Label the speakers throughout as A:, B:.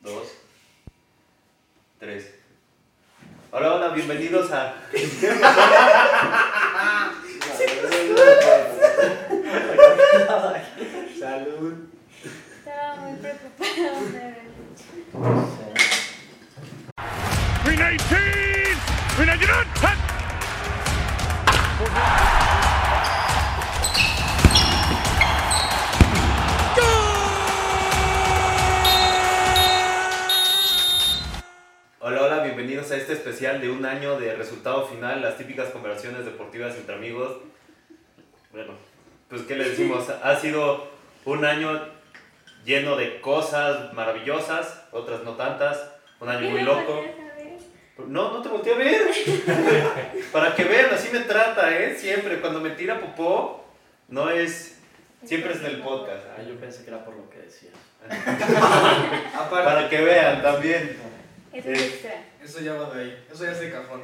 A: dos, tres. Hola, hola, bienvenidos a.
B: Salud.
C: Estaba muy preocupada de ver.
D: René Cheese! René Cheese!
A: Hola, hola, bienvenidos a este especial de un año de resultado final, las típicas conversaciones deportivas entre amigos. Bueno, pues qué le decimos, ha sido un año lleno de cosas maravillosas, otras no tantas, un año muy loco. No, no te volteé a ver. Para que vean, así me trata, ¿eh? Siempre, cuando me tira popó, no es... Siempre es en el podcast.
E: Ah, yo pensé que era por lo que decías.
B: Aparte,
A: Para que vean también.
C: Eso es extra.
B: eso ya va de ahí. Eso ya es de cajón.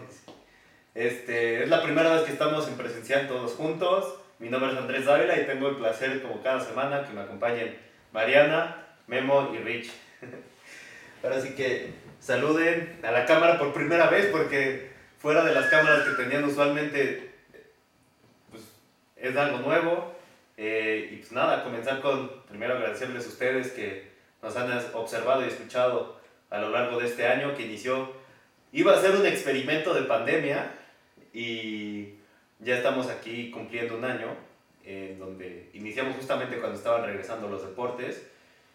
A: Este, es la primera vez que estamos en presencial todos juntos. Mi nombre es Andrés Dávila y tengo el placer, como cada semana, que me acompañen Mariana, Memo y Rich. Ahora sí que saluden a la cámara por primera vez, porque fuera de las cámaras que tenían usualmente, pues es algo nuevo. Eh, y pues nada, comenzar con primero agradecerles a ustedes que nos han as- observado y escuchado a lo largo de este año que inició. Iba a ser un experimento de pandemia y ya estamos aquí cumpliendo un año en donde iniciamos justamente cuando estaban regresando los deportes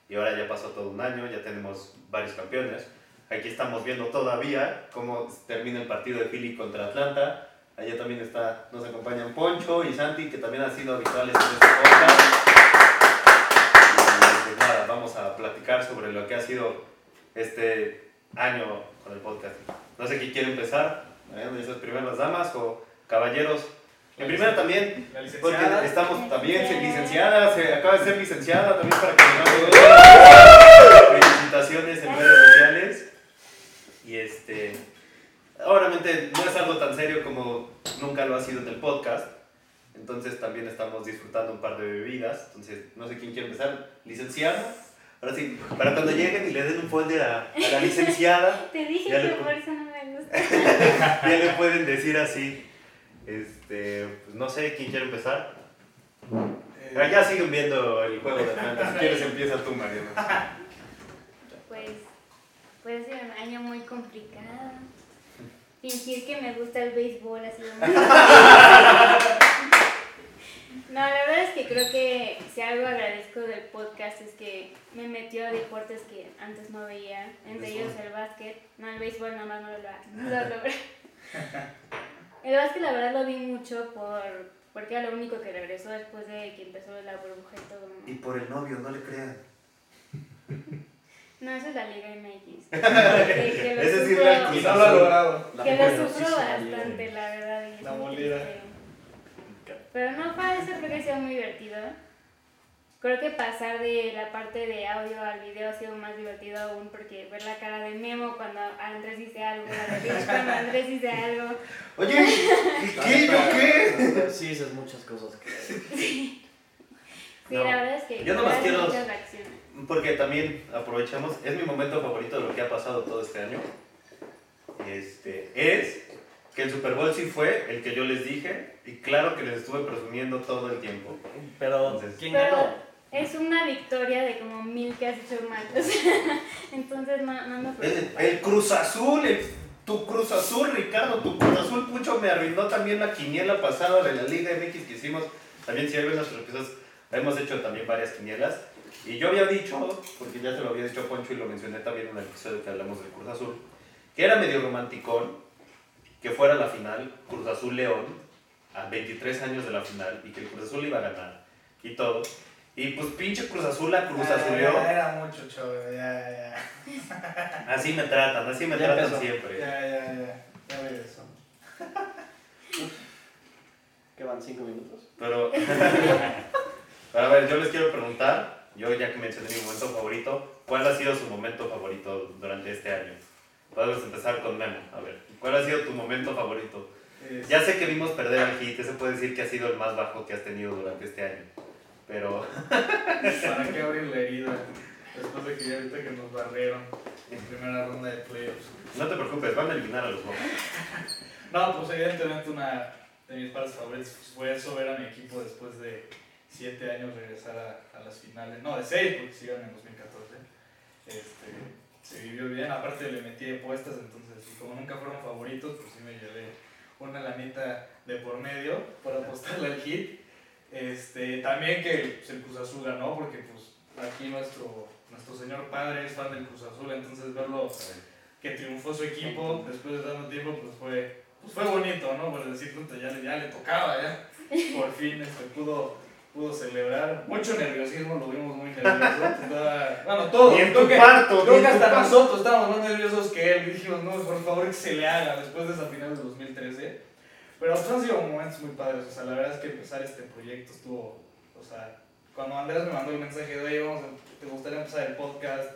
A: y ahora ya pasó todo un año, ya tenemos varios campeones. Aquí estamos viendo todavía cómo termina el partido de Philly contra Atlanta. Allá también está, nos acompañan Poncho y Santi, que también han sido habituales en este podcast. Y, pues, nada, vamos a platicar sobre lo que ha sido este año con el podcast. No sé quién quiere empezar, ¿eh? esas primeras damas o caballeros. En primera también,
B: La
A: porque
B: licenciada.
A: estamos también
C: Licenciada.
A: licenciada, se acaba de ser licenciada también para que no me- felicitaciones en redes sociales. Y este, obviamente no es algo tan serio como nunca lo ha sido en el podcast. Entonces también estamos disfrutando un par de bebidas. Entonces, no sé quién quiere empezar. Licenciada. Ahora sí, para cuando lleguen y le den un folder a, a la licenciada,
C: Te dije
A: Ya
C: que
A: lo-
C: por eso no me gusta.
A: ya le pueden decir así. Este, pues no sé quién quiere empezar.
B: eh,
A: Pero ya siguen viendo el juego de Atlanta. Si quieres empieza tú, Mariana.
C: Pues, puede ser un año muy complicado. Fingir que me gusta el béisbol ha sido muy No, la verdad es que creo que si algo agradezco del podcast es que me metió a deportes que antes no veía, entre ellos el básquet. No, el béisbol nomás no lo, no lo logré. El básquet la verdad lo vi mucho por, porque era lo único que regresó después de que empezó la burbuja y todo. ¿no?
A: por el novio, no le crean.
C: No, esa es la Liga MX. Que- que lo
A: Ese sí
C: sufro-
A: era el
B: Y
A: Cruz
B: no lo ha logrado.
C: Que lo sufro bastante, la verdad. y es
B: La
C: muy
B: molera.
C: triste. Pero no, para eso creo que ha sido muy divertido. Creo que pasar de la parte de audio al video ha sido más divertido aún porque ver la cara de Memo cuando Andrés dice algo, la de Rich cuando Andrés dice algo.
A: Oye, ¿y ¿qué? ¿Yo qué?
E: Sí, dices muchas cosas que.
C: Sí,
A: No.
C: la verdad es que
A: Yo nomás
C: hay
A: quiero-
C: muchas reacciones.
A: Porque también aprovechamos, es mi momento favorito de lo que ha pasado todo este año. Este, es que el Super Bowl sí fue el que yo les dije y claro que les estuve presumiendo todo el tiempo.
E: Pero,
A: Entonces-
E: ¿quién
C: Pero
E: ganó?
C: es una victoria de como mil que has hecho mal. o sea, entonces no, no me
A: El,
C: preocupa.
A: el Cruz Azul, el- tu Cruz Azul, Ricardo, tu Cruz Azul, Pucho, me arruinó también la quiniela pasada de la Liga MX que hicimos. También si hay nuestros episodios, hemos hecho también varias quinielas. Y yo había dicho, porque ya se lo había dicho a Poncho y lo mencioné también en el episodio que hablamos del Cruz Azul, que era medio romanticón que fuera la final Cruz Azul León a 23 años de la final y que el Cruz Azul iba a ganar y todo. Y pues pinche Cruz Azul la
E: Ah.
A: Cruz Azul
B: Ya, ya
A: León.
B: Era mucho chavo, ya, ya.
A: Así me tratan, así me
E: Ya
A: tratan
E: empezó.
A: siempre.
B: Ya, ya, ya. Ya regresó.
E: ¿Qué van? ¿Cinco minutos?
A: Pero, pero a ver, yo les quiero preguntar, yo ya que mencioné mi momento favorito, ¿cuál ha sido su momento favorito durante este año? Podemos empezar con Memo, a ver, ¿cuál ha sido tu momento favorito?
B: Es-
A: Ya sé que vimos perder al Heat, ese puede decir que ha sido el más bajo que has tenido durante este año, pero
B: ¿Para qué abrir la herida? Después de que ya ahorita que nos barrieron. en primera ronda de playoffs.
A: No te preocupes, van a eliminar a los Bucks.
B: No, pues evidentemente una de mis partes favoritas fue eso, ver a mi equipo después de siete años regresar a, a las finales. No, de seis, porque siguieron en 2014. Este, se vivió bien, aparte le metí apuestas, entonces, y como nunca fueron favoritos, pues sí me llevé una lanita de por medio para apostarle al hit. Este, también que pues, el Cruz Azul ganó, porque pues aquí nuestro, nuestro señor padre es fan del Cruz Azul, entonces verlo que triunfó su equipo después de tanto tiempo, pues fue, pues fue bonito, ¿no? Pues decir, puta, ya, le- ya le tocaba, ya. Por fin este, pudo, pudo celebrar. Mucho nerviosismo, lo vimos muy nervioso. estaba- bueno, todo.
A: Ni en
B: creo
A: tu
B: que-
A: cuarto, ni
B: Creo
A: en
B: que
A: tu
B: hasta
A: cuarto.
B: nosotros estábamos más nerviosos que él. Dijimos, no, por favor, que se le haga después de esa final de 2013. Pero pues, han sido momentos muy padres. O sea, la verdad es que empezar este proyecto estuvo. O sea, cuando Andrés me mandó el mensaje de, oye, vamos a- te gustaría empezar el podcast.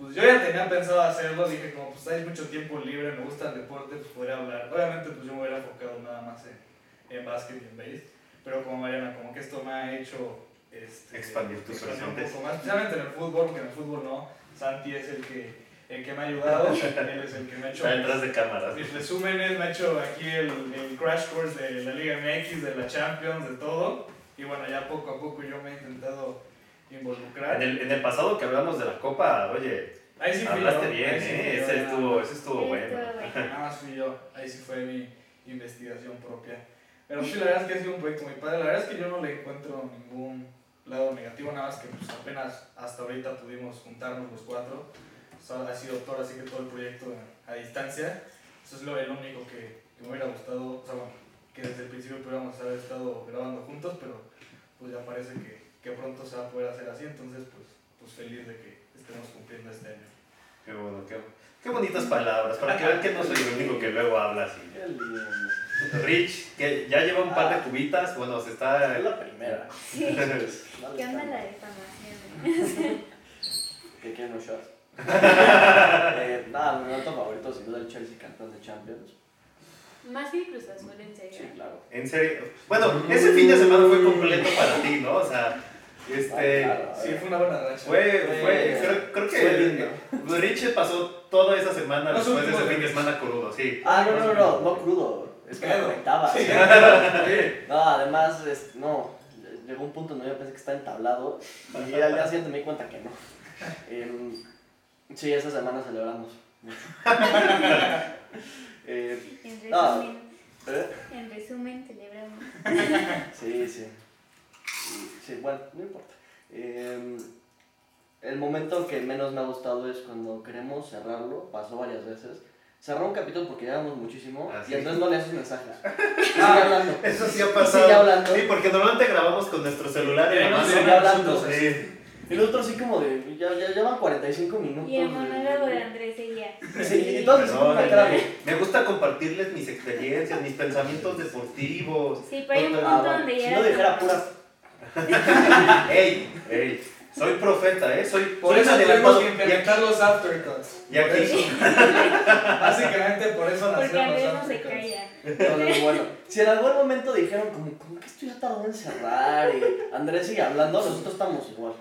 B: Pues yo ya tenía pensado hacerlo. Dije, como pues hay mucho tiempo libre, me gusta el deporte, pues podría hablar. Obviamente, pues yo me hubiera enfocado nada más en, en básquet y en base. Pero como Mariana, como que esto me ha hecho. Este,
A: Expandir tus
B: expandir un
A: horizontes.
B: poco más, Especialmente en el fútbol, porque en el fútbol no. Santi es el que, el que me ha ayudado, él es el que me ha hecho
A: Está detrás de cámaras.
B: mis resúmenes, me ha hecho aquí el, el crash course de la Liga MX, de la Champions, de todo. Y bueno, ya poco a poco yo me he intentado
A: En
B: involucrar.
A: el, en el pasado que hablamos de la copa, oye,
B: Ahí sí fui
A: hablaste
B: yo,
A: bien,
B: ahí sí fui
A: ¿eh?
B: yo,
A: Ese
B: nada
A: estuvo,
B: más.
A: ese estuvo bueno.
B: Nada más fui yo, ahí sí fue mi investigación propia. Pero sí, la verdad es que ha sido un proyecto muy padre. La verdad es que yo no le encuentro ningún lado negativo, nada más que pues, apenas hasta ahorita pudimos juntarnos los cuatro. O sea, ha sido todo, así que todo el proyecto a, a distancia. Eso es lo el único que, que me hubiera gustado, o sea, bueno, que desde el principio pudiéramos haber estado grabando juntos, pero pues ya parece que, que pronto se va a poder hacer así. Entonces, pues, pues feliz de que estemos cumpliendo este año.
A: Qué bueno, qué, qué bonitas palabras. Para que vean que no soy el único que luego habla así.
E: Qué lindo.
A: Rich, que ya lleva un par de cubitas, bueno, se está...
E: Es la primera.
C: Sí.
E: Dale,
C: ¿Qué onda
E: dale.
C: la difamación?
E: que quieren un shot. eh, nada, mi dato favorito sin duda el Chelsea campeón de Champions.
C: Más que Cruz Azul, en serio.
E: Sí, claro.
A: En serio. Bueno, ese fin de semana fue completo para ti, ¿no? O sea, este...
E: Ah, claro, a
B: Sí,
E: ver.
B: fue una buena racha.
A: Fue, fue, creo, creo
B: fue lindo.
A: que Rich pasó toda esa semana
B: No,
A: después de
B: supongo
A: ese
B: que-
A: fin de semana crudo, sí.
E: Ah, no, no, no, no, no crudo. Es que me
B: Pedo.
E: conectaba.
B: Sí.
E: No, además, es- no. Llegó un punto donde yo pensé que estaba entablado y al día siguiente me di cuenta que no. Em, sí, esa semana celebramos. Eh,
C: En
E: Ah.
C: resumen,
E: ¿eh?
C: en resumen, celebramos.
E: Sí, sí. Sí, bueno, no importa. Eh, el momento que menos me ha gustado es cuando queremos cerrarlo, pasó varias veces. Cerró un capítulo porque llevamos muchísimo
A: Ah, sí.
E: y entonces no le haces mensajes. Y sigue
B: Ah,
E: hablando.
A: Eso sí ha
E: pasado. sigue hablando.
A: Sí, porque normalmente grabamos con nuestro celular en la
B: Tenemos
A: mano.
E: Sigue hablando.
B: nosotros,
A: Sí.
E: Y el otro así como de, ya, ya, ya van 45 minutos.
C: Y el monólogo de
E: de...
C: Andrés seguía.
E: Sí, y todos hicimos una cara de...
A: Me gusta compartirles mis experiencias, mis pensamientos deportivos.
C: Sí, pero hay un
A: Total.
E: Ah,
C: punto
E: bueno,
C: donde ya.
E: si
C: era
E: no dijera
C: como-
E: pura...
A: Ey, ey, soy profeta, ¿eh? Soy
B: Por eso tuvimos
A: adelantado.
B: que
A: Y aquí-
B: implementar los aftercuts.
A: Y aquí-
B: Por eso. Básicamente por eso
C: Porque
B: nacieron los
C: Andrés no se
B: aftercuts.
C: calla.
E: No, no, bueno. Si en algún momento dijeron como, como que esto ya tardó en cerrar y Andrés sigue hablando, nosotros estamos igual.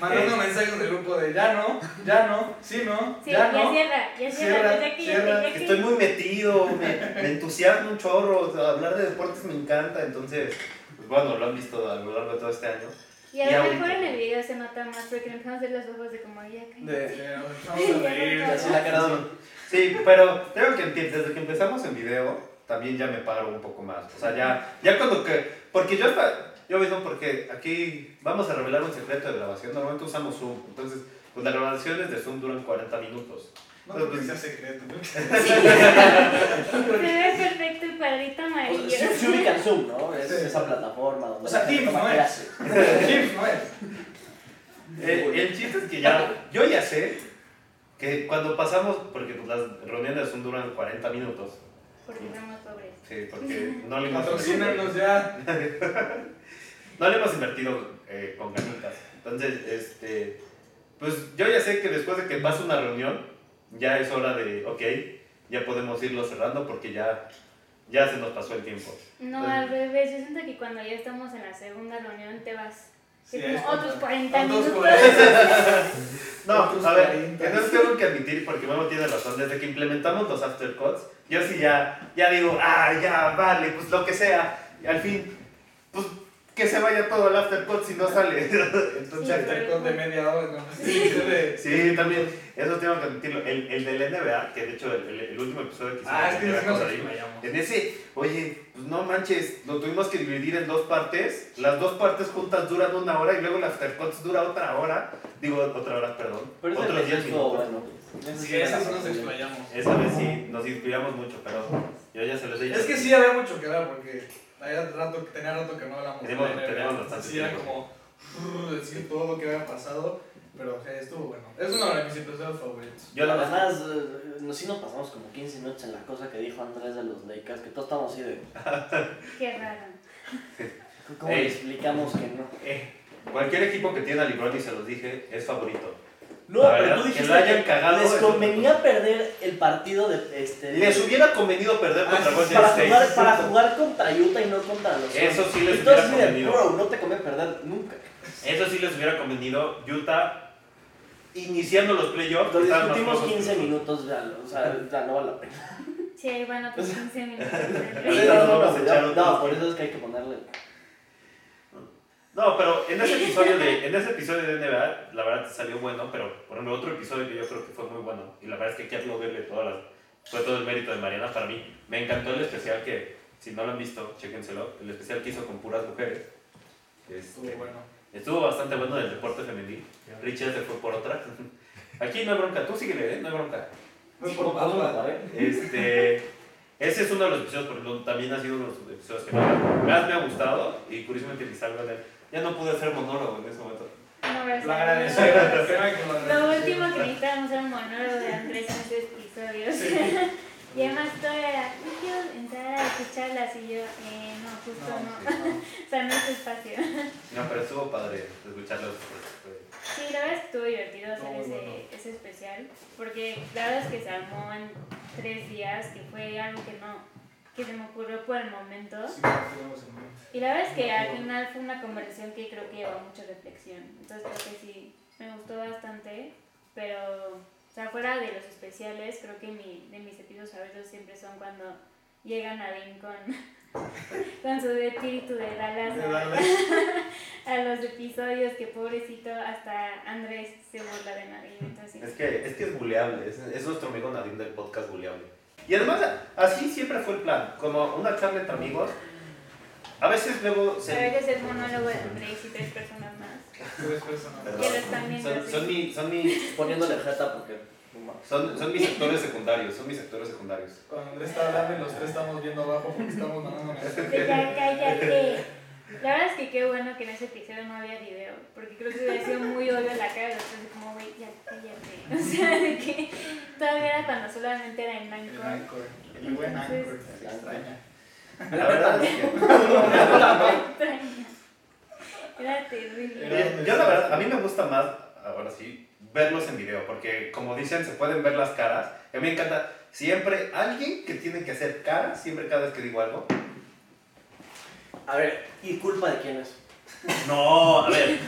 B: Mandando mensajes del grupo de ya no, ya no, sí no,
C: Sí,
B: ya
C: ya,
B: no.
C: cierra, ya
B: Cierra,
C: cierra. pensé que ya
B: cierra,
C: tenía
A: que
C: que-
A: Estoy muy metido, me, me entusiasma un chorro, o sea, hablar de deportes me encanta, entonces, pues bueno, lo han visto a lo largo de todo este año.
C: Y a lo
A: Ya
C: mejor
A: ahorita.
C: en el video se nota más porque le empezamos a ver los ojos de como ya cállate.
E: De...
B: Eh, Vamos a reír.
E: y Así la cara de...
A: Sí, pero tengo que empie- desde que empezamos en video, también ya me paro un poco más. O sea, ya, ya cuando que. Porque yo hasta. Yo mismo, porque aquí vamos a revelar un secreto de grabación. Normalmente usamos Zoom. Entonces, pues las grabaciones de Zoom duran 40 minutos.
B: No creo que sea secreto.
C: Se ve perfecto el cuadrito amarillo.
E: O sea, se, se ubica en Zoom, ¿no? Es
B: Sí.
E: esa plataforma donde
B: O sea,
E: la gente
B: Teams,
E: toma
B: ¿no es?
E: clase.
B: Jim, no es.
A: Eh, el chiste es que ya. Yo ya sé que cuando pasamos. Porque pues, las reuniones de Zoom duran 40 minutos.
C: Porque somos pobres.
A: Sí, porque no le hemos
B: Patrocínanos ya.
A: no le hemos invertido eh, con ganitas. Entonces, este, pues yo ya sé que después de que pase una reunión, ya es hora de, ok, ya podemos irlo cerrando porque ya, ya se nos pasó el tiempo.
C: No, al revés. Yo siento que cuando ya estamos en la segunda reunión te vas. Sí,
B: es
C: como otros
B: cuando-
C: 40
B: otros
C: minutos.
B: 40.
A: No,
B: Otros
A: a ver,
B: 40.
A: entonces tengo que admitir, porque Memo tiene razón, desde que implementamos los aftercuts, yo sí ya, ya digo, ah, ya, vale, pues lo que sea, y al fin, pues que se vaya todo al aftercut si no sale.
B: Un
A: entonces,
B: chartercot de media hora, ¿no? Sí, de-
A: sí, también, eso tengo que admitirlo. El, el del NBA, que de hecho el, el- el último episodio que hicimos,
B: Ah, es que
A: era
B: decimos
A: con
B: así,
A: Darío.
B: me llamo.
A: En ese, oye, pues no manches, lo tuvimos que dividir en dos partes. Las dos partes juntas duran una hora y luego el aftercut dura otra hora. Digo, otra hora, perdón.
E: Pero ese
A: Otros
E: episodio
A: 10
E: estuvo
A: minutos.
E: bueno. pues, Ese
B: Sí,
E: me la
B: ese sí
E: pasé
B: nos
E: bien.
B: explayamos.
A: Esa vez sí, nos inspiramos mucho, pero yo ya se los he dicho.
B: Es que sí había mucho que hablar porque había rato, tenía rato que no hablábamos.
A: Tenemos-
B: de la NBA.
A: tenemos bastante
B: Sí, era
A: tiempo.
B: como "Ur", decir todo lo que había pasado, pero sí, estuvo bueno. Es uno de mis episodios favoritos.
A: Yo la verdad.
E: Además, eh, nos- sí nos pasamos como 15 minutos en la cosa que dijo Andrés de los Lakers, que todos estamos así de.
C: Qué raro.
E: ¿Cómo
A: Ey.
E: le explicamos que no?
A: eh, cualquier equipo que tiene a LeBron y se los dije es favorito.
E: No,
A: La
E: pero
A: verdad,
E: tú
A: que
E: dijiste
A: lo hayan
E: que
A: cagado
E: les
A: es
E: convenía perder el partido de este
A: Les hubiera convenido perder contra
B: Ah,
A: Golden
E: para
A: State.
E: jugar, para jugar contra Utah y no contra los
A: Eso
E: Suns.
A: sí les
E: Entonces,
A: hubiera
E: miren,
A: convenido.
E: bro, no te conviene perder nunca.
A: Eso sí les hubiera convenido. Utah, iniciando los playoffs,
E: Lo
A: estaban más flojos
E: discutimos
A: que
E: 15
A: nosotros.
E: minutos, véanlo, o sea, ya no vale la pena.
C: Sí, ahí van otros 15 minutos.
A: Sí, no,
E: No,
A: nos
E: no,
A: vamos a
E: no,
A: echar
E: no,
A: otros.
E: por eso es que hay que ponerle.
A: No, pero en ese episodio de en ese episodio de NBA, la verdad salió bueno, pero por ejemplo otro episodio que yo creo que fue muy bueno y la verdad es que quiero verle todas las fue todo el mérito de Mariana para mí. Me encantó el especial que si no lo han visto, chéquenselo, el especial que hizo con puras mujeres.
B: Estuvo
A: Este,
B: bueno.
A: estuvo bastante bueno del deporte femenil. Richard se fue por otra. Aquí no hay bronca, tú síguele, ¿eh? no hay bronca.
B: Fue por
E: Vamos
B: Pablo.
E: a ver.
A: Este, ese es uno de los episodios, por ejemplo, también ha sido uno de los episodios que más me ha gustado y curiosamente que salga de él. Ya no pude hacer monólogo en ese momento.
C: No, gracias.
B: Lo agradecemos, el tema que lo
C: Lo
B: agradecemos.
C: último que necesitábamos era un monólogo de Andrés en ese episodio. Y además todo era, "Yo quiero entrar a escucharlas y yo, eh, no, justo
B: No,
C: no.
B: sí, no.
C: O sea, no es tu espacio.
A: No, pero estuvo padre escucharlos. pues,
C: Sí, la verdad es que estuvo divertido hacer
B: Estuvo muy
C: ese,
B: bueno.
C: ese especial, porque la verdad es que se armó en tres días, que fue algo que no, que se me ocurrió por el momento.
B: Sí, lo tenemos en mente.
C: Y la verdad es que
B: No,
C: al
B: no.
C: final fue una conversación que creo que llevó mucha reflexión. Entonces creo que sí, me gustó bastante, pero, o sea, fuera de los especiales, creo que mi, de mis episodios favoritos siempre son cuando llegan a Dean con, con su espíritu de Dallas
B: De
C: a-
B: darle-
C: a los episodios que pobrecito hasta Andrés se burla de Nadine. Entonces,
A: Es que es, que es buleable, es, es nuestro amigo Nadim del podcast buleable. Y además, así siempre fue el plan, como una charla entre amigos. A veces luego
C: a
A: se...
C: veces es monólogo de Andrés y tres personas más.
B: Tres personas.
A: Perdón.
C: que lo están viendo,
A: Son,
C: sí.
A: son mi- son mi-
E: Poniéndole jeta porque. no mames.
A: son- son mis sectores secundarios, son mis sectores secundarios.
B: Cuando Andrés está hablando y los tres estamos viendo abajo porque estamos mandando mensajes.
C: De ya cállate. La verdad es que qué bueno que en ese episodio no había video, porque creo que hubiera sido muy obvio la cara de los tres, de como, güey, ya cállate. O sea, de que todavía era cuando solamente era en
B: El
C: Bangkok.
B: Anchor. El buen Anchor. Se extraña.
A: La verdad es que...
C: Era terrible.
A: Oye, Yo la verdad, a mí me gusta más, ahora sí, verlos en video, porque como dicen, se pueden ver las caras. Y a mí me encanta, siempre alguien que tiene que hacer caras, siempre cada vez que digo algo.
E: A ver, ¿y culpa de quién es?
A: No, a ver,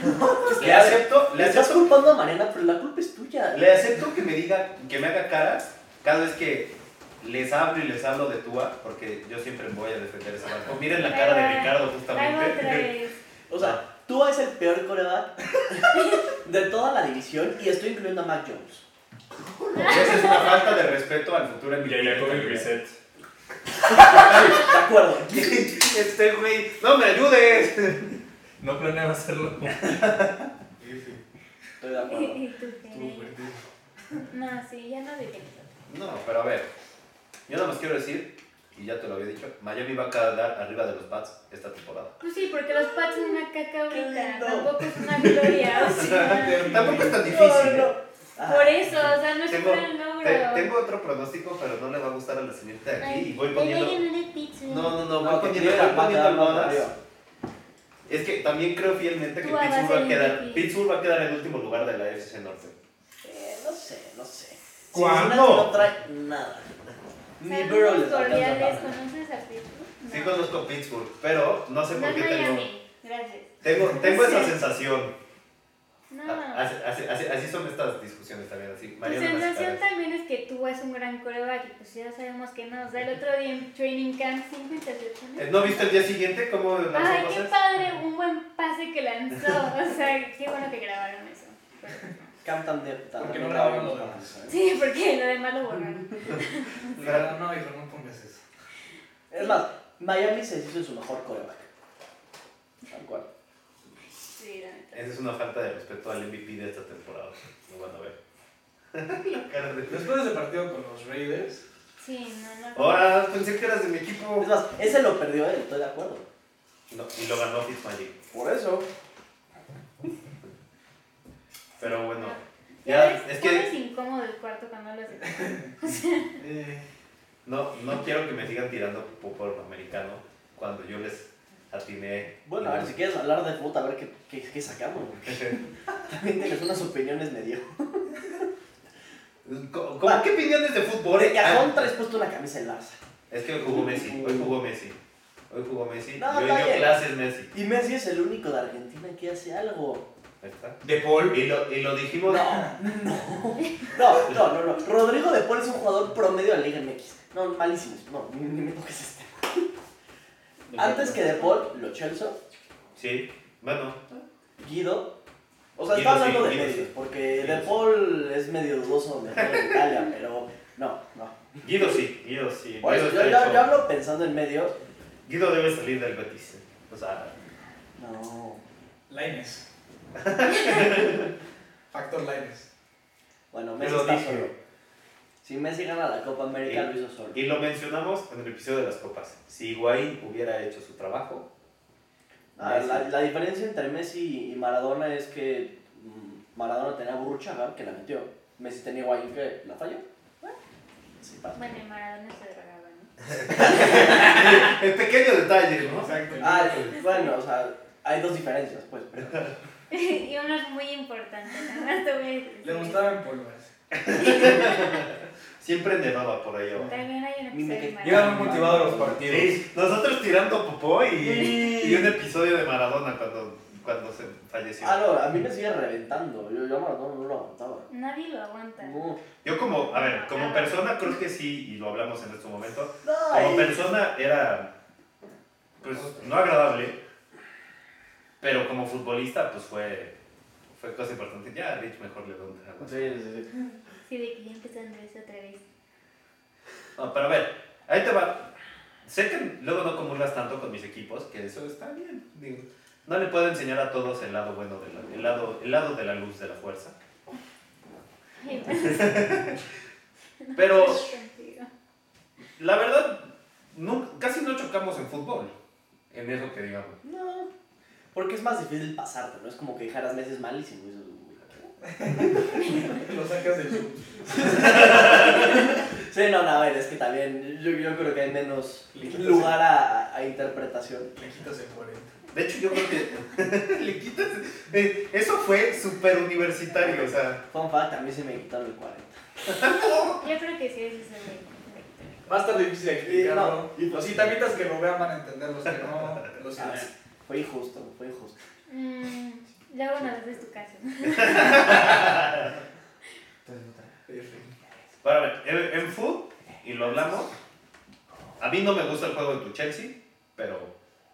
A: le
E: A ver,
A: acepto, le
E: Le estás
A: acepto,
E: culpando a Mariana, pero la culpa es tuya.
A: le acepto que me diga, que me haga caras cada vez que les hablo y les hablo de Tua, porque yo siempre voy a defender esa marca. Miren la cara de Ricardo
C: Luego otra
A: justamente.
C: vez.
E: O
A: Ah.
E: sea, tú es el peor coreback de toda la división y estoy incluyendo a Mac Jones.
A: Esa es una falta de respeto al futuro MVP.
F: Y a Jacoby Brissett.
E: De acuerdo.
A: Este güey, no me ayudes.
F: No planeaba hacerlo.
E: Estoy de acuerdo.
C: Y tú, Tere. No, sí, ya no dije eso.
A: No, pero a ver, yo nada más quiero decir, y ya te lo había dicho, Miami va a quedar arriba de los Pats esta temporada.
C: Pues sí, porque los Pats son una caca ahorita.
E: lindo.
C: Tampoco es una gloria. O sea,
A: Tampoco es tan difícil.
E: No,
A: ¿eh?
E: no. Ah,
C: por eso, o sea, no es un
A: Tengo,
C: gran logro.
A: te- tengo otro pronóstico, pero no le va a gustar a la señorita de aquí. Y voy poniendo. No, no, no, voy
E: no, que
A: poniendo,
E: tiene la
A: voy poniendo
E: pata más
A: almohadas.
E: arriba.
A: Es que también creo fielmente que
C: Tú vas a
A: Pittsburgh va a
C: ser
A: quedar.
C: MVP.
A: Pittsburgh va a quedar en último lugar de la FC Norte.
E: Eh, no sé, no sé. Si
F: ¿Cuándo?
E: Cincinnati no trae nada. Ni Burrow les alcanza
C: cordiales,
E: para nada.
C: ¿conoces a Facebook?
A: Sí conozco Pittsburgh, pero no sé
C: No
A: por
C: es
A: qué Ah, tengo.
C: Miami. Gracias.
A: Tengo, tengo esa sensación.
C: No.
A: A- Así, así- así- así son estas discusiones también. Así,
C: Ah. Tu
A: Mariana las
C: sensación
A: caras.
C: también es que tú es un gran coreback y pues ya sabemos que no. O sea, el otro día en Training Camp 5
A: Eh,
C: intercepciones.
A: ¿No viste el día siguiente cómo lanzó
C: Ay, qué
A: pases?
C: padre, un buen pase que lanzó. O sea, qué bueno que grabaron eso. Pero-
E: Cantan de
B: Porque no
E: de-
B: grabaron los demás.
E: ¿eh?
C: Sí, porque lo demás lo borraron.
A: Mm.
B: Claro, no, hijo, no pongas eso.
E: Es más, Miami se hizo su mejor coreback. Tal cual.
C: Sí, la neta.
A: Esa es una falta de respeto al MVP de esta temporada. Lo van a ver. La cara de-
B: Después de ese partido con los Raiders,
C: Sí, no, no.
A: Ahora pensé que eras de mi equipo.
E: Es más, ese lo perdió él, estoy de acuerdo.
A: No, y lo ganó Fitzmagic.
E: Por eso.
A: Pero bueno,
C: Ya
A: ya,
C: ves,
A: es
C: pones
A: que
C: incómodo el cuarto cuando lo haces.
B: eh,
A: no, no quiero que me sigan tirando por americano cuando yo les atiné.
E: Bueno, a ver, si quieres hablar de fútbol, a ver qué, qué, qué sacamos. porque También tienes unas opiniones medio.
A: ¿Cómo, Mm, cómo- qué opiniones de fútbol?
E: Por cajón
A: Ah,
E: traes puesto una camisa en Larsa.
A: es que hoy jugó Messi, hoy jugó Messi. Hoy jugó Messi
E: No,
A: y hoy
E: está
A: dio
E: bien.
A: clases Messi.
E: Y Messi es el único de Argentina que hace algo.
A: Ahí está.
F: De Paul.
A: Y lo, y lo dijimos.
E: No, no. No, no, no, no. Rodrigo de Paul es un jugador promedio de la Liga MX. No, malísimo. No, ni, ni me toques este. Antes que de Paul, lo Chelso,
A: Sí, bueno,
C: ¿Eh?
E: Guido. O sea,
A: Guido
E: está
A: sí,
E: hablando de
A: Guido
E: medios,
A: sí.
E: porque
A: Guido
E: De
A: sí.
E: Paul es medio dudoso de jugar en Italia, pero no, no.
A: Guido sí, Guido sí.
E: Por eso,
A: Guido,
E: yo,
A: está
E: yo-
A: hecho.
E: yo hablo pensando en medios.
A: Guido debe salir del Betis. O sea,
E: No.
B: Lines. Factor Lines.
E: Bueno,
A: Yo
E: Messi
A: lo
E: está
A: dije. Eh,
E: solo. Si Messi gana la Copa América,
A: Y-
E: lo hizo solo.
A: y lo mencionamos en el episodio de las copas. Si Higuaín hubiera hecho su trabajo,
E: Ah,
A: Messi-
E: la, la diferencia entre Messi y Maradona es que mm, Maradona tenía a Burruchaga, que la metió. Messi tenía a Higuaín, que la falló. Bueno, sí pasa.
C: Bueno, en Maradona se drogaba, ¿no?
A: El pequeño detalle, ¿no?
B: Exacto.
E: Ah, bueno, o sea, hay dos diferencias, pues. Pero...
C: y uno es muy importante, nada más te voy a decir.
B: Le gustaban polvas.
A: Siempre nevaba por ahí abajo.
C: También hay un
E: Ni me
C: episodio de
E: que-
F: Iban
C: Maradona.
F: muy motivados los partidos.
A: Sí, nosotros tirando popó y, y un episodio de Maradona cuando, cuando se falleció.
E: Ah, no, a mí me sigue reventando. Yo, yo a Maradona no lo aguantaba.
C: Nadie lo aguanta.
E: No,
A: Yo como, a ver, como persona creo que sí, y lo hablamos en este momento, como
E: no, y-
A: persona era, pues, no agradable, pero como futbolista, pues fue, fue cosa importante. Ya, a Rich mejor le pregunta.
E: Sí, sí, sí.
C: Sí, de que ya empezó Andrés otra vez.
A: No, pero a ver, ahí te va. Sé que luego no comulgas tanto con mis equipos, que eso está bien. Digo, no le puedo enseñar a todos el lado bueno, de la- el, lado, el lado de la luz, de la fuerza.
C: Ay,
A: Pero-
C: contigo.
A: La verdad, nu- casi no chocamos en fútbol. En eso que digamos.
E: No, porque es más difícil pasarte, ¿no? Es como que dejaras meses malísimo. y dices, "Uy,
B: Lo sacas de su
E: Sí, no, no, a ver, es que también yo, yo creo que hay menos
B: Límites.
E: lugar a, a interpretación.
B: Le quitas el 40.
A: De hecho, yo creo que. le quitas. eh, eso fue súper universitario, o sea.
E: Fun fact, a mí se me quitaron el 40.
C: Yo creo que sí es ese güey.
B: Va a estar difícil explicarlo.
E: Sí, no.
B: Los itamitas que lo vean van a entender, los que no, los que
E: Ah, Fue injusto, fue injusto.
C: Mm, luego nos haces tu caso.
A: Para ver, en, en fútbol, y lo hablamos. A mí no me gusta el juego de tu Chelsea, pero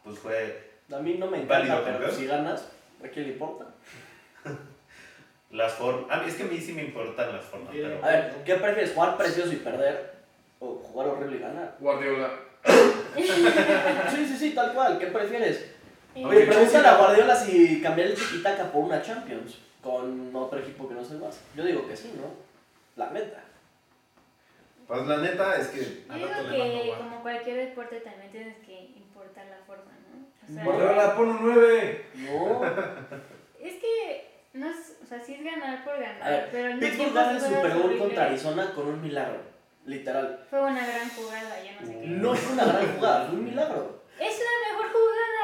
A: pues fue
E: A mí no me
A: Válido,
E: encanta, pero
A: campeón.
E: si ganas, ¿a quién le importa?
A: Las formas. A mí, es que a mí sí me importan las formas,
B: Bien.
E: A
A: pero.
E: ver, ¿qué prefieres, jugar precioso y perder? ¿O jugar horrible y ganar?
F: Guardiola.
E: Sí, sí, sí, tal cual, ¿qué prefieres?
C: Eh,
E: Oye,
B: Oye,
E: pregúntale
B: Chelsea-
E: a Guardiola si cambiar el tiquitaca por una Champions con otro equipo que no se más. Yo digo que sí, ¿no? La meta.
A: Pues la neta es que.
C: yo digo que como cualquier deporte también tienes que importar la forma, ¿no? O sea,
F: Guardiola, pon un 9.
E: No.
C: es que no es, o sea, sí es ganar por ganar,
E: A ver,
C: pero no
E: Pittsburgh
C: siempre
E: gana el
C: son cosas
E: Super Bowl
C: horribles.
E: contra Arizona con un milagro. Literal.
C: Fue una gran jugada, yo no sé qué.
E: No fue una gran jugada, fue un milagro.
C: Es la mejor jugada.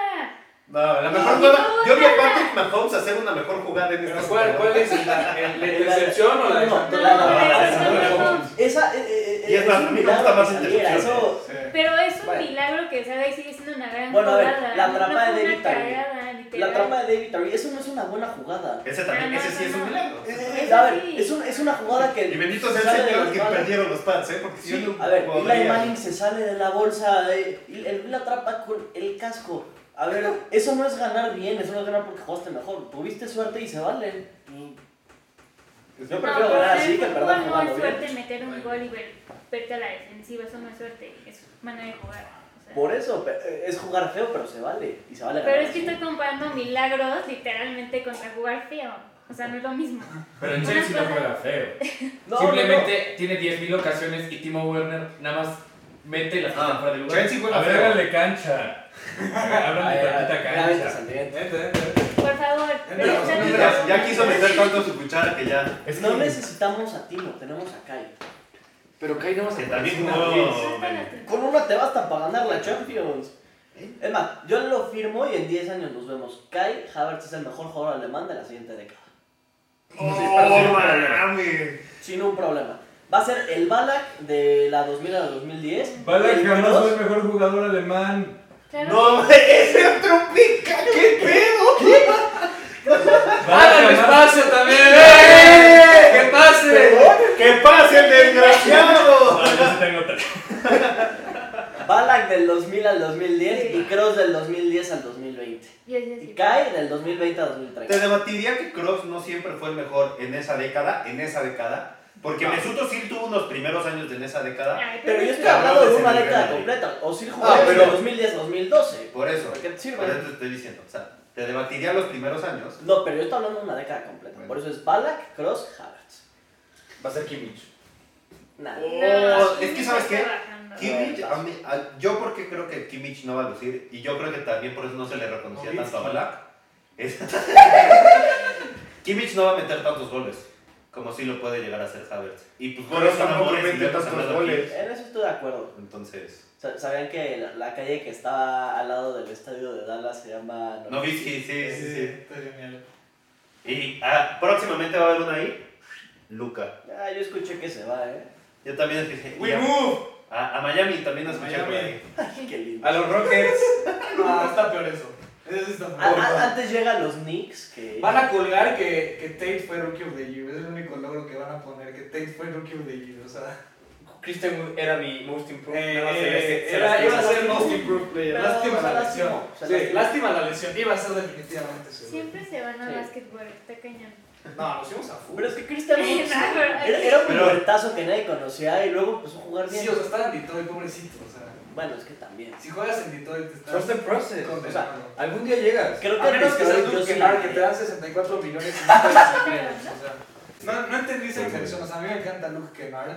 A: No, la mejor jugada. Yo vi a Patrick Mahomes hacer una mejor jugada en esta
F: ¿Cuál,
A: jugada.
F: cuál es el- la, el- la intercepción o la
E: No, no,
C: No,
E: la-
C: pero
E: la-
C: es
E: la-
C: Patrick
F: la-
C: Mahomes.
E: Esa eh, eh,
A: Y
E: eh,
A: es más, a mí me gusta más
E: saliera,
A: intercepciones.
E: eso.
B: Sí.
C: Pero es un
E: Bueno.
C: milagro que Saga sigue siendo una gran
E: Bueno, a ver,
C: jugada.
E: la
C: no
E: atrapada
C: fue
E: de
C: una
E: Vita, güey.
C: cagada, literal.
E: La trama de David Terry, eso no es una buena jugada.
A: Ese también,
C: No, no,
A: ese sí
C: no,
A: es un
C: no.
A: milagro.
C: Eso
E: A ver,
C: Eh, sí.
E: es, un- es una jugada que.
A: Y bendito sea
E: sale
A: el
E: de
A: señor
E: las
A: que
E: manos.
A: perdieron los pads, ¿eh? Porque si
E: Sí,
A: yo no
E: a ver, Eli
A: podría-
E: Manning se sale de la bolsa, eh, y el Bill atrapa con el casco. A ver, eso no es ganar bien, eso no es ganar porque jugaste mejor. Tuviste suerte y se vale. Yo
C: No,
E: prefiero ganar
C: pero
E: así
C: en
E: que
C: el fútbol
E: perder
C: no es
E: jugando bien.
C: suerte meter un gol y ver- verte a la defensiva, eso no es suerte, es manera de jugar. o sea.
E: Por eso, pe- eh, es jugar feo, pero se vale. Y se vale
C: Pero
E: ganar.
C: es que estoy comparando milagros literalmente contra jugar feo. O sea, no es lo mismo.
G: Pero el
C: Una
G: Chelsea no
C: cosa-
G: juega feo.
E: No, no,
G: Simplemente tiene 10.000 ocasiones y Timo Werner nada más mete las que
A: Ah,
G: están fuera del lugar.
A: Chelsea juega
G: A ver,
A: feo.
G: háganle cancha.
E: no.
G: Háganle
E: Ay, ay,
G: tantita
E: ay, gracias,
G: cancha.
E: Santiago.
C: Por favor, pero
A: Mira,
C: está
A: mira,
C: bien.
A: Ya quiso meter tanto su cuchara que ya.
G: Es
E: No
G: que-
E: necesitamos a Timo, tenemos a Kai.
G: Pero Kai no más
A: Que también
C: No
A: jugó.
C: está lastimado.
E: Con una te basta para ganar la Champions. Es más, yo lo firmo y en 10 años nos vemos. Kai Havertz es el mejor jugador alemán de la siguiente década.
A: ¡Oh, mames!
E: Sin un problema. Va a ser el Balak de la 2000 a la 2010.
F: Balak
E: el
F: jamás
E: Kroos.
F: fue el mejor jugador alemán.
C: Claro.
A: No, ese otro pica, qué pedo.
G: ¡Hagan espacio también!
F: ¡Eh!
G: ¡Que pase!
A: ¡Que pase el desgraciado!
G: Ah, yo sí tengo otra.
E: Balak del 2000 al 2010
C: Sí.
E: y Kroos del 2010 al 2020.
C: Yo decía
E: Y
C: así.
E: Kai del 2020 al
A: Te
E: 2030.
A: debatiría que Cross no siempre fue el mejor en esa década, en esa década, porque Mesut Özil tuvo unos primeros años en esa década.
C: Ay,
E: Pero yo estoy
A: Cabrón,
E: hablando de
A: ese
E: una
A: nivel
E: década
A: de-
E: completa. O si jugó
A: Ah,
E: desde
A: pero-
E: 2010 2012.
A: Por eso,
E: ¿Para qué te sirve?
A: por eso te estoy diciendo, o sea, te debatiría los primeros años.
E: No, pero yo estoy hablando de una década completa. Por eso es Balak, Kroos, Havertz.
F: Va a ser Kimmich.
E: Nada.
A: Oh,
C: No,
A: es que sabes qué,
C: está bajando.
A: Kimmich, a mí- a- yo porque creo que Kimmich no va a lucir y yo creo que también por eso no se le reconocía
F: Nowitzki.
A: tanto a Balak. Es- Kimmich no va a meter tantos goles como sí lo puede llegar a hacer Havertz. Y pues
H: Pero
A: goles son
H: tampoco
A: amores y
H: mete
A: le hemos
H: tantos
A: hablado aquí.
H: goles.
E: En eso estoy de acuerdo.
A: Entonces,
E: Sa- ¿Sabían que la, la calle que está al lado del estadio de Dallas se llama...
A: Nowitzki, sí, sí, sí.
B: Está genial.
A: Y ah, próximamente va a haber una ahí, Luca.
E: Ah, yo escuché que se va, ¿eh?
A: Yo también dije, y
F: We
A: a-
F: move.
A: a, a Miami también nos escuché por
B: Miami.
A: ahí.
E: Qué lindo.
F: A los Rockets.
B: No, Ah, está peor eso. Eso sí está
E: A-
B: peor.
E: a- antes llegan los Knicks que...
B: Van a colgar que, que Tate fue Rookie of the Year. Es el único logro que van a poner, que Tate fue Rookie of the Year. O sea,
G: Christian Wood era mi most improved. nada más se le- se-
B: eh,
G: se
B: era,
G: lastimó.
B: iba a ser Most Improved Player.
E: Pero
B: Lástima
E: se
B: la
E: lastimó,
B: lesión.
E: se
B: Sí,
E: lastimó.
B: lástima la lesión. Iba a ser definitivamente seguro.
C: Siempre se van a
E: Sí.
C: básquetbol, está cañón.
B: No, nos fuimos a fútbol.
E: Pero es que Christian Woods
C: No, pero-
E: era, era un
A: Pero-
E: pubertazo que nadie conocía y luego empezó a jugar bien.
B: Sí, o sea, estaba en Detroit, pobrecito. O sea,
E: Bueno, es que también.
B: si juegas en Detroit, te estás.
F: Trust the process.
B: condenado.
E: o sea,
F: Algún día llegas.
E: Creo que
B: A menos que
E: Detroit
B: seas
E: yo
B: Duke
E: sí
B: Kennard,
E: le-
B: que te dan 64 millones y no puedes emplear, o sea, No, no entendí esa excepción. O sea, a mí me encanta Luke Kennard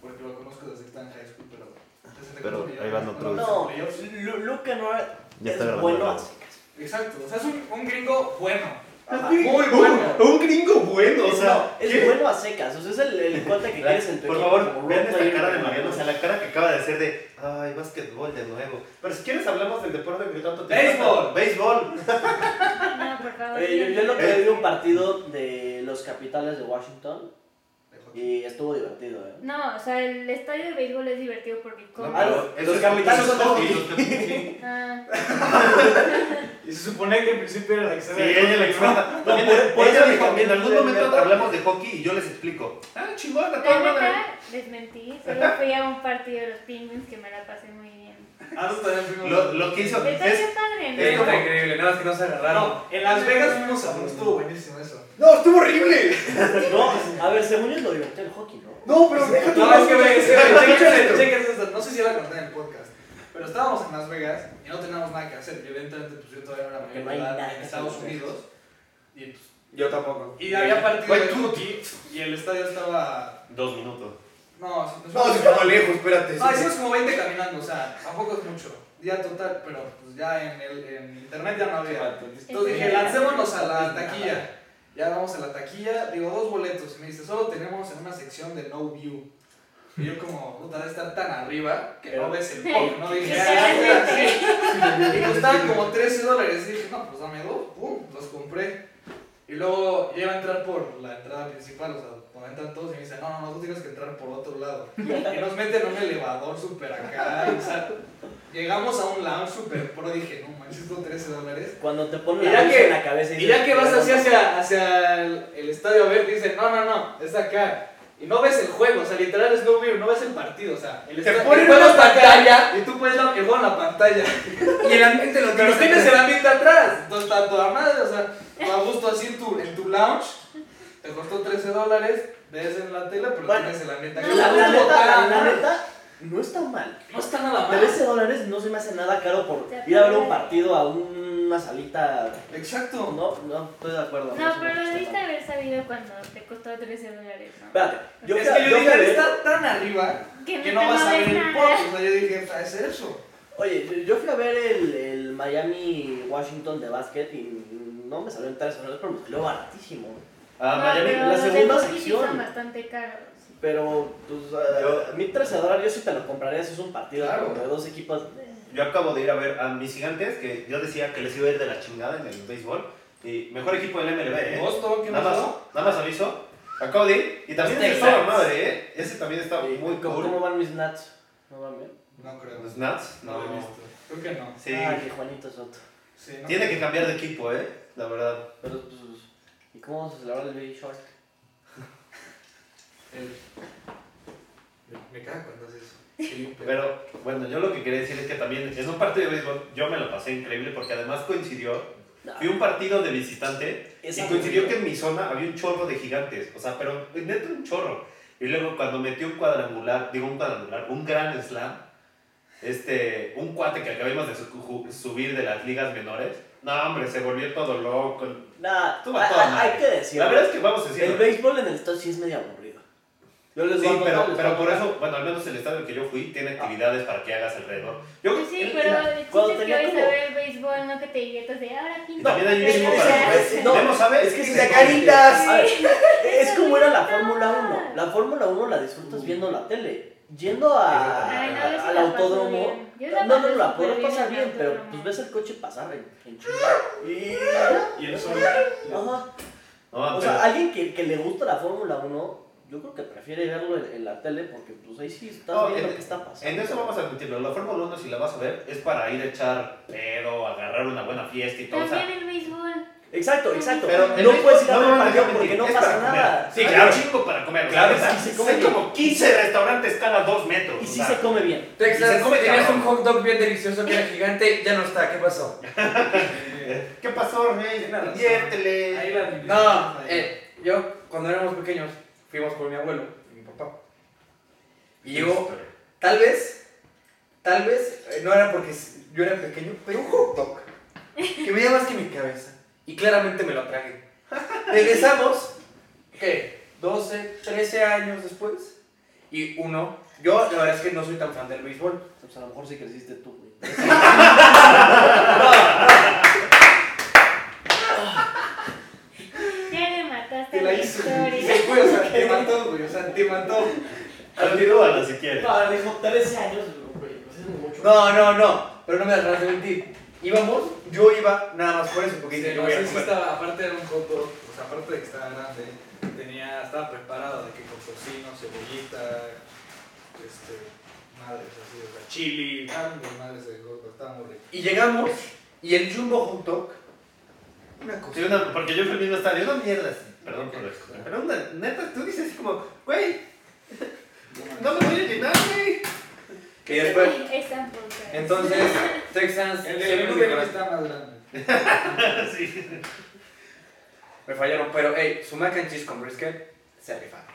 B: porque lo conozco desde que está en high school, pero. 64
A: Pero
B: millones,
A: ahí van otros.
B: los
E: No,
B: playoffs.
E: Lu- Luke no
A: Ya está
E: es
A: grabando,
E: bueno.
A: ¿no?
E: a secas.
B: Exacto, o sea, es un, un gringo bueno.
E: Ajá.
B: Muy bueno.
A: Un gringo bueno, o sea.
E: No, es
A: ¿qué?
E: bueno a secas. O sea, es el, el cuate que quieres en tu
A: Por
E: equipo
A: favor,
E: como
A: vean
E: role
A: esta
E: player.
A: cara de Mariano, o sea, la cara que acaba de hacer de, ay, básquetbol de nuevo. Pero si quieres hablamos del deporte que tanto te
B: Béisbol.
A: gusta. Béisbol.
C: No, por favor.
E: Eh, yo, yo lo
A: Eh.
E: que vi un partido de los capitales de Washington y estuvo divertido, ¿eh?
C: No, o sea, el estadio de béisbol es divertido porque como.
E: Ah, los- los capitanes son de hockey.
A: Sí,
C: Ah,
B: Y se suponía que en principio era la que se
A: ella le explica. También,
E: por- por
A: ella
E: eso
A: dijo,
E: también
A: en algún
E: le-
A: momento
E: le-
A: hablamos de hockey y yo les explico. Ah, chingón, a
C: la
A: toda madre.
C: neta, les mentí. Solo fui a un partido de los Penguins que me la pasé muy bien.
B: Nosotros también Ah, fuimos.
A: Lo, lo que hizo
C: Está
A: es...
C: bien padre,
A: es
C: ¿no?
A: como-
F: Está increíble, nada más que no se agarraron.
B: No, en Las Vegas fuimos a uno, estuvo buenísimo eso.
H: No, estuvo horrible.
E: No, a ver, según yo es lo divertido el hockey, ¿no?
H: No, pero déjate
B: No,
H: ver.
B: es que me
H: Chécate.
B: chequen, chequen esta, no sé si la conté en el podcast, pero estábamos en Las Vegas y no teníamos nada que hacer. Yo evidentemente pues yo todavía no era
E: Porque
B: mayor
E: no
B: de
E: hay
B: edad
E: nada
B: en
E: que
B: Estados
E: hacer.
B: Unidos. Y, pues,
F: Yo tampoco.
B: y había partido
A: Güey,
B: de
A: tú-
B: hockey y el estadio estaba...
A: Dos minutos.
B: No, sí, nos
H: No,
B: fuimos
H: se estaba
B: caminando.
H: lejos, espérate.
B: No, hicimos como 20 caminando, o sea, tampoco es mucho. Ya total, pero pues ya en, el, en internet ya no había. Entonces
C: Eh,
B: dije, lancémonos a la taquilla. Ya vamos a la taquilla, digo, dos boletos. Y me dice, solo tenemos en una sección de no view. Y yo como, puta, debe estar tan arriba que no ves el pop, ¿no? Dije, "Ah, ya, sí". Y costaban como 13 dólares. Y dije, no, pues dame dos, pum, los compré. Y luego ya iba a entrar por la entrada principal, o sea, donde entran todos y me dicen, no, no, no, tú tienes que entrar por otro lado. Y nos meten en un elevador súper acá, o sea, Llegamos a un lounge super pro, dije, no manches, con 13 dólares.
E: Cuando te ponen
B: Y ya
E: la bolsa
B: que-
E: en la cabeza
B: Y ya
E: dices,
B: que vas
E: "Pero
B: así
E: no
B: hacia, hacia el, el estadio a ver, dicen, no, no, no, es acá. Y no ves el juego, o sea, literal es no view, no ves el partido, o sea, el, esta- el
F: ponen
B: juego
F: una
B: está acá
F: pantalla.
B: y tú puedes la, el juego en la pantalla.
F: Y el ambiente lo
B: Pero tienes el ambiente atrás, entonces está toda madre, o sea, a gusto así en tu, en tu lounge, te costó 13 dólares, ves en la tele, pero
E: Bueno,
B: tienes el ambiente acá.
E: La, la,
B: No,
E: neta, la,
B: no,
E: la neta, no está mal.
B: no está nada mal.
E: 13 dólares no se me hace nada caro por
C: Te
E: ir a ver
C: acuerdas.
E: un partido a una salita.
B: Exacto.
E: No, no, estoy de acuerdo.
C: No,
E: se me
C: pero
E: hace
C: debiste
E: tan-
C: haber sabido cuando te costó 13 dólares, ¿no?
E: Espérate, yo
B: es
E: fui a-
B: que yo
E: fui a
B: dije,
E: ver-
B: está tan arriba que no
C: te
B: vas a
C: ves
B: ver el
C: nada.
B: pop, o sea, yo dije, "Ah, es eso.
E: Oye, yo- yo fui a ver el, el Miami Washington de básquet y no me salió en 13 dólares, pero me salió baratísimo.
A: Ah,
C: No,
A: Miami,
C: pero
E: la
C: los de
E: segunda
C: Bosque sí
E: sección.
C: son bastante caros.
E: Pero, pues, a-
A: Yo-
E: a mí 13 dólares yo sí te lo compraría si es un partido
B: Claro.
E: entre dos equipos. eh,
A: Yo acabo de ir a ver a mis gigantes, que yo decía que les iba a ir de la chingada en el béisbol. Y mejor equipo del MLB, ¿eh?
B: Boston, ¿qué
A: Nada más,
B: pasó?
A: nada más aviso. Acabo de ir. Y también
E: Los
A: ese estaba
E: Texans.
A: madre, ¿eh? Ese también estaba
E: Y
A: muy
E: ¿cómo,
A: cool.
E: cómo van mis Nats? ¿No van bien?
B: No creo.
A: ¿Los Nats?
B: No
A: No.
B: lo he visto. Creo que no.
A: Sí.
E: Ah, que Juanito Soto.
B: Sí, no
A: Tiene
B: creo.
A: que cambiar de equipo, ¿eh? La verdad.
E: Pero, pues, ¿y cómo vamos a celebrar el Baby Shark?
B: El-
F: Eh,
B: Me- Me caga cuando haces eso. Sí,
A: Pero bueno, yo lo que quería decir es que también en un partido de béisbol yo me lo pasé increíble porque además coincidió.
E: No.
A: Fui a un partido de visitante
E: Es
A: y coincidió
E: aburrido.
A: que en mi zona había un chorro de gigantes, o sea, pero neta un chorro. Y luego cuando metió un cuadrangular, digo un cuadrangular, un gran slam, este, un cuate que acabamos de su- ju- subir de las ligas menores, no hombre, se volvió todo loco.
E: Nah,
A: Tú va
E: hay-
A: toda
E: hay- hay
A: madre.
E: que decirlo.
A: La verdad es que vamos a decir...
E: El béisbol en el estado sí es medio aburrido. Yo les
A: Sí,
E: voy a Ah. contar,
A: pero,
E: les
A: pero
E: voy a
A: por
E: contar.
A: eso, bueno, al menos el estadio que yo fui tiene actividades para que hagas alrededor. Yo,
C: Pues sí,
E: el-
C: pero
E: la-
C: el
E: cuando
C: chiste es que
E: tenía
C: hoy
E: como-
C: se ve el béisbol, no que te diviertas de ahora
A: y
C: pinto.
A: también hay un
C: pero
A: mismo
C: ya
A: para...
C: sabes,
E: es-
A: No,
E: no,
A: ¿sabes?
E: es que
A: Sí,
E: se
A: sí.
F: caritas.
E: A ver, es
C: Eso
E: como
C: no
E: era la
C: está
E: Fórmula
C: mal.
E: 1. La Fórmula 1 la disfrutas viendo la tele. Yendo a,
A: Ay, no, yo
C: sí
E: al
C: la paso
E: autódromo.
C: bien. Yo la
E: No, no,
C: paso
E: la
C: súper
E: puedes
C: bien
E: pasar
C: en el
E: bien, pero
C: autódromo.
E: pues ves el coche pasar en, en chinga. Y-
B: Y el sol.
E: Ajá.
A: No,
E: O sea, alguien que, que le gusta la Fórmula 1, yo creo que prefiere verlo en, en la tele porque pues ahí sí estás
A: No,
E: viendo
A: en-
E: qué está pasando.
A: En eso vamos a admitirlo. La Fórmula 1, si la vas a ver, es para ir a echar pedo, agarrar una buena fiesta y todo. o sea,
C: También el béisbol.
E: Exacto, exacto.
A: pero en
E: no
A: el-
E: puedes ir a ver
A: no,
E: el
A: no,
E: partido
A: no,
E: porque no
A: es
E: pasa
A: para comer.
E: nada.
A: Sí, claro, chingo para comer.
E: Claro,
A: o sea,
E: sí, sí, come
A: hay
E: bien.
A: como 15 restaurantes cada dos metros.
E: Y
A: o
E: sí
A: sea,
E: se come bien.
A: Y
F: Texas,
A: se come
F: tenías
A: cabrón.
F: un hot dog bien delicioso que era gigante, ya no está, ¿qué pasó?
A: ¿Qué pasó, Rey?
F: Tiene razón.
A: Diviértele.
B: Ahí la
F: No, eh, yo cuando éramos pequeños fuimos por mi abuelo y mi papá. Y llegó, tal vez, tal vez, eh, no era porque s- yo era pequeño, pero un hot dog que me más que mi cabeza. Y claramente me lo tragué. Regresamos, ¿qué? 12, 13 años después. Y uno, yo la verdad es que no soy tan fan del béisbol.
E: Pues a lo mejor sí creciste tú, güey.
C: Ya le mataste
B: Te
C: la
B: la hizo.
C: historia.
B: Sí, güey, o sea, te mató, güey, o sea, te mató.
A: Continúala si quieres.
E: No, dijo 13 años, güey. Pues es mucho.
F: No, no, no, pero no me dejarás de mentir. Íbamos, yo iba nada más por eso, porque
B: Sí,
F: dije, yo
B: no,
F: voy a
B: sí, sí
F: comer.
B: estaba, aparte era un coto, o sea, aparte de que estaba grande, tenía, estaba preparado de que con tocino, cebollita, este, madres así, o sea, chili, madres, madres de coco, estaba muy rico.
F: Y llegamos, y el Jumbo Hot Dog, una cosa.
A: Sí, una- porque yo fui al mismo estadio. Una mierda. así, Perdón por eso. Pero una, neta, tú dices como, güey, no me voy a llenar, güey.
F: Y después,
C: Es tan poca.
F: entonces, Texans,
B: El
F: siempre
B: de
F: mi
B: Uber
F: corazón.
B: está más grande.
A: Sí.
F: me fallaron, pero hey, su mac and cheese con brisket se rifaron.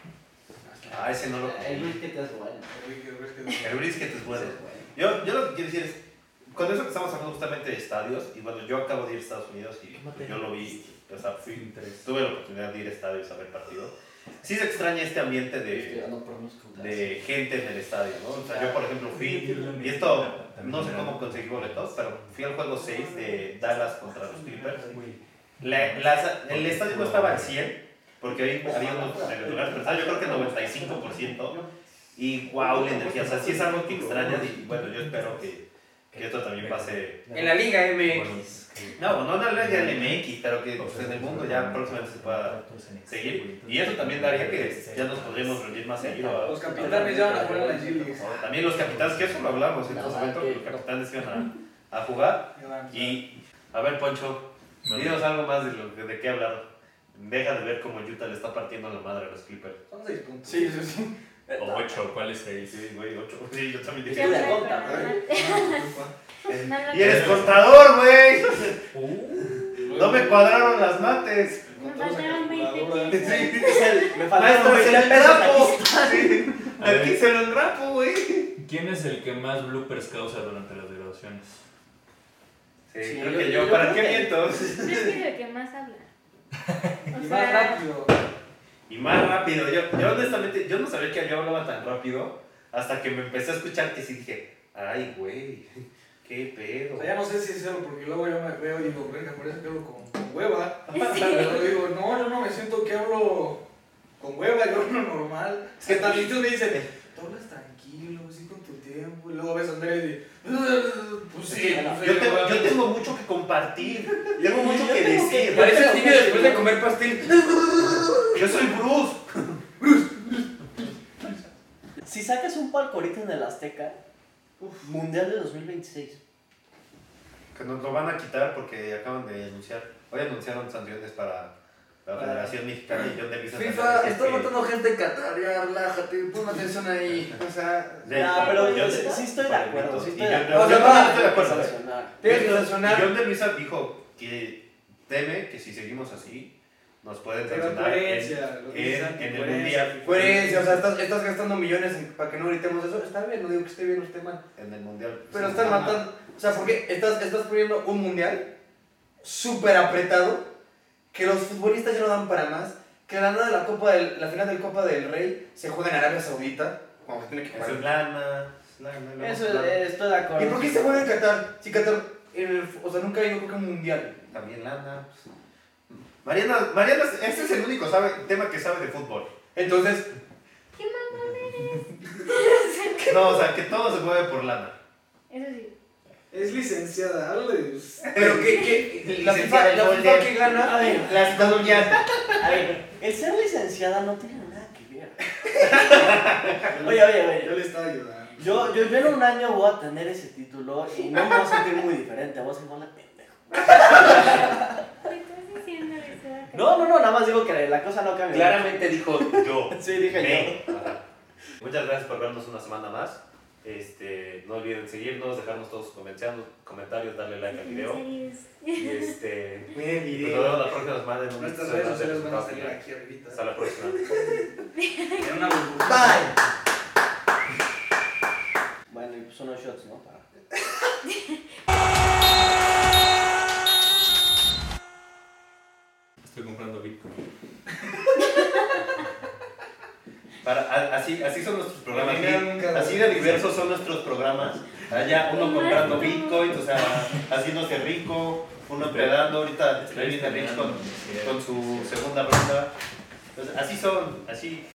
A: Ah, ese no lo
E: El güey que te hace bueno.
B: Uy, qué rico es.
A: El brisket es bueno. Yo, yo lo que quiero decir es, con eso que estamos hablando justamente de estadios, y bueno, yo acabo de ir a Estados Unidos y
E: Mate.
A: yo lo vi, o sea, fui, tuve la oportunidad de ir a estadios a ver partidos. Sí se extraña este ambiente
E: Estoy
A: de,
E: dando promos con
A: de gente en el estadio, ¿no? O sea, yo por ejemplo fui, y esto no sé cómo conseguí boletos, pero fui al juego 6 de Dallas contra los Clippers. La- las- el estadio no estaba al 100, porque ahí había unos regulares, pero estaba yo creo que 95%. Y wow, la energía. O sea, sí es algo que extrañas y bueno, yo espero que, Que esto también pase.
F: En la Liga MX.
A: No, no en la Liga MX, pero que pues, en el mundo ya próximamente se pueda seguir. Y eso también daría que ya nos podríamos reunir más seguido.
B: Los capitanes ya van a jugar en la G-League.
A: O También los capitanes, que eso lo hablamos en su momento, que los capitanes iban a, a jugar. Y, a ver, Poncho, dinos algo más de, lo, de, de qué hablar. Deja de ver cómo Utah le está partiendo la madre a los Clippers.
B: Son 6 puntos.
F: Sí, sí, sí.
H: O 8, ¿cuál es
A: Sí,
H: 6?
A: sí, güey, ocho. Sí, yo también
E: Sí,
A: dije. Eh,
E: la conta,
A: Y eres contador, güey.
H: Uh.
A: No me cuadraron las mates.
C: Me faltaron 20
A: Sí,
C: pesos.
E: Me
A: maestro,
E: faltaron
A: se
E: 20
A: le
E: pesos
A: rapo.
E: aquí.
A: Sí,
H: A ver.
A: aquí se lo enrapo, güey.
H: ¿Quién es el que más bloopers causa durante las grabaciones?
A: Sí,
E: Sí,
A: creo
E: yo-
A: que
E: yo
A: yo, ¿para
E: creo
A: qué
E: que-
A: miento?
C: No es que lo que más habla. O
B: Y más
C: sea,
B: rápido.
A: Y más rápido, yo, yo honestamente, yo no sabía que yo hablaba tan rápido hasta que me empecé a escuchar que sí dije, ay, güey, qué
B: O
A: pedo.
B: sea, ya no sé si es eso, porque luego yo me veo y digo, venga, por eso que hablo con, con hueva. Pero digo, no, yo no me siento que hablo con hueva, yo hablo normal. Es que también tú me dicen, tú hablas tranquilo, sí con tu tiempo. Y luego ves a Andrés y, "Ugh, pues sí, pues,
A: yo,
B: soy
A: tengo,
B: hueva".
A: yo tengo mucho que compartir, tengo mucho que decir.
F: Parece niño después de comer pastel.
A: Yo soy Bruce.
E: Si sacas un palco ahorita en el Azteca, Mundial de 2026.
A: Que nos lo van a quitar porque acaban de anunciar, hoy anunciaron sanciones para la Federación Mexicana y yo de Luis
F: FIFA,
A: Hernández,
F: está
A: que-
F: matando gente en Qatar, ya relájate, pon atención ahí. O sea,
A: Ley,
E: Ah, pero
A: yo
E: sí-
A: de-
E: sí estoy de
A: para el
E: acuerdo,
A: mito.
E: sí
A: Y
E: estoy
A: yo-
E: de
A: yo-
F: acuerdo.
A: yo
F: O sea,
A: también
F: va,
A: estoy de acuerdo. ¿eh?
E: Sancionar.
F: tienes que sancionar.
A: John de Luisa dijo que teme que si seguimos así nos pueden
B: Pero
A: sancionar en,
B: coherencia, lo que
A: en-
B: dicen,
A: en el
B: coherencia.
A: mundial.
F: Coherencia, o sea, estás, estás gastando millones en- para que no gritemos eso. Está bien, no digo que esté bien o esté mal.
A: en el mundial. Pues,
F: Pero están matando. O sea, porque estás, estás poniendo un mundial súper apretado, que los futbolistas ya no dan para más, que la nada la, Copa del- la final del Copa del Rey se juega en Arabia Saudita. Como que tiene que
A: Eso
F: jugar.
A: es lana. es lana, luego
E: Eso
A: es
E: es-
A: lana.
E: estoy de acuerdo.
F: ¿Y por qué se juega en Qatar? Si Qatar, eh, o sea, nunca ha ido creo que a un mundial.
A: También lana. pues. Mariana, Mariana, este es el único sabe, tema que sabe de fútbol.
F: Entonces,
C: ¿Qué mamón eres?
A: No, o sea, que todo se mueve por lana.
C: Eso sí.
B: Es licenciada, háblale de usted.
F: pero que, que la
E: Licenciada
F: FIFA,
E: en
F: la
E: gol
F: FIFA
E: de-
F: que gana.
E: A ver,
F: las colonias.
E: A ver, el ser licenciada no tiene nada que ver. oye,
B: Yo
E: oye, oye.
B: le estaba ayudando.
E: Yo, yo, yo en un año voy a tener ese título y no me voy a sentir muy diferente, voy a ser la pendejo.
C: ¿Qué estás diciendo eso?
E: No, no, no, nada más digo que la cosa no cambia.
A: Claramente dijo yo.
E: Sí, dije
A: Me. Ajá. Muchas gracias por vernos una semana más. Este, no olviden seguirnos, dejarnos todos sus comentarios- comentarios, darle like al video. Y este,
F: Miren
A: nos
F: el
A: vemos
F: video.
A: la próxima semana en un
B: Nuestras
A: episodio
B: redes
A: más de
B: sociales van a
A: Resultados
B: salir
A: Finales.
B: aquí arribita.
A: Hasta la próxima.
B: En una burbuja.
F: Bye.
E: Bueno, y pues unos shots, ¿no? Para-
H: Estoy comprando Bitcoin.
A: Para, a- así, así son nuestros programas.
B: El dinero nunca
A: Así,
B: lo-
A: así de diversos son nuestros programas. Allá uno comprando bitcoins, o sea, haciéndose rico, uno predando. Ahorita viene Rich con, con su segunda ronda. Entonces, así son, así.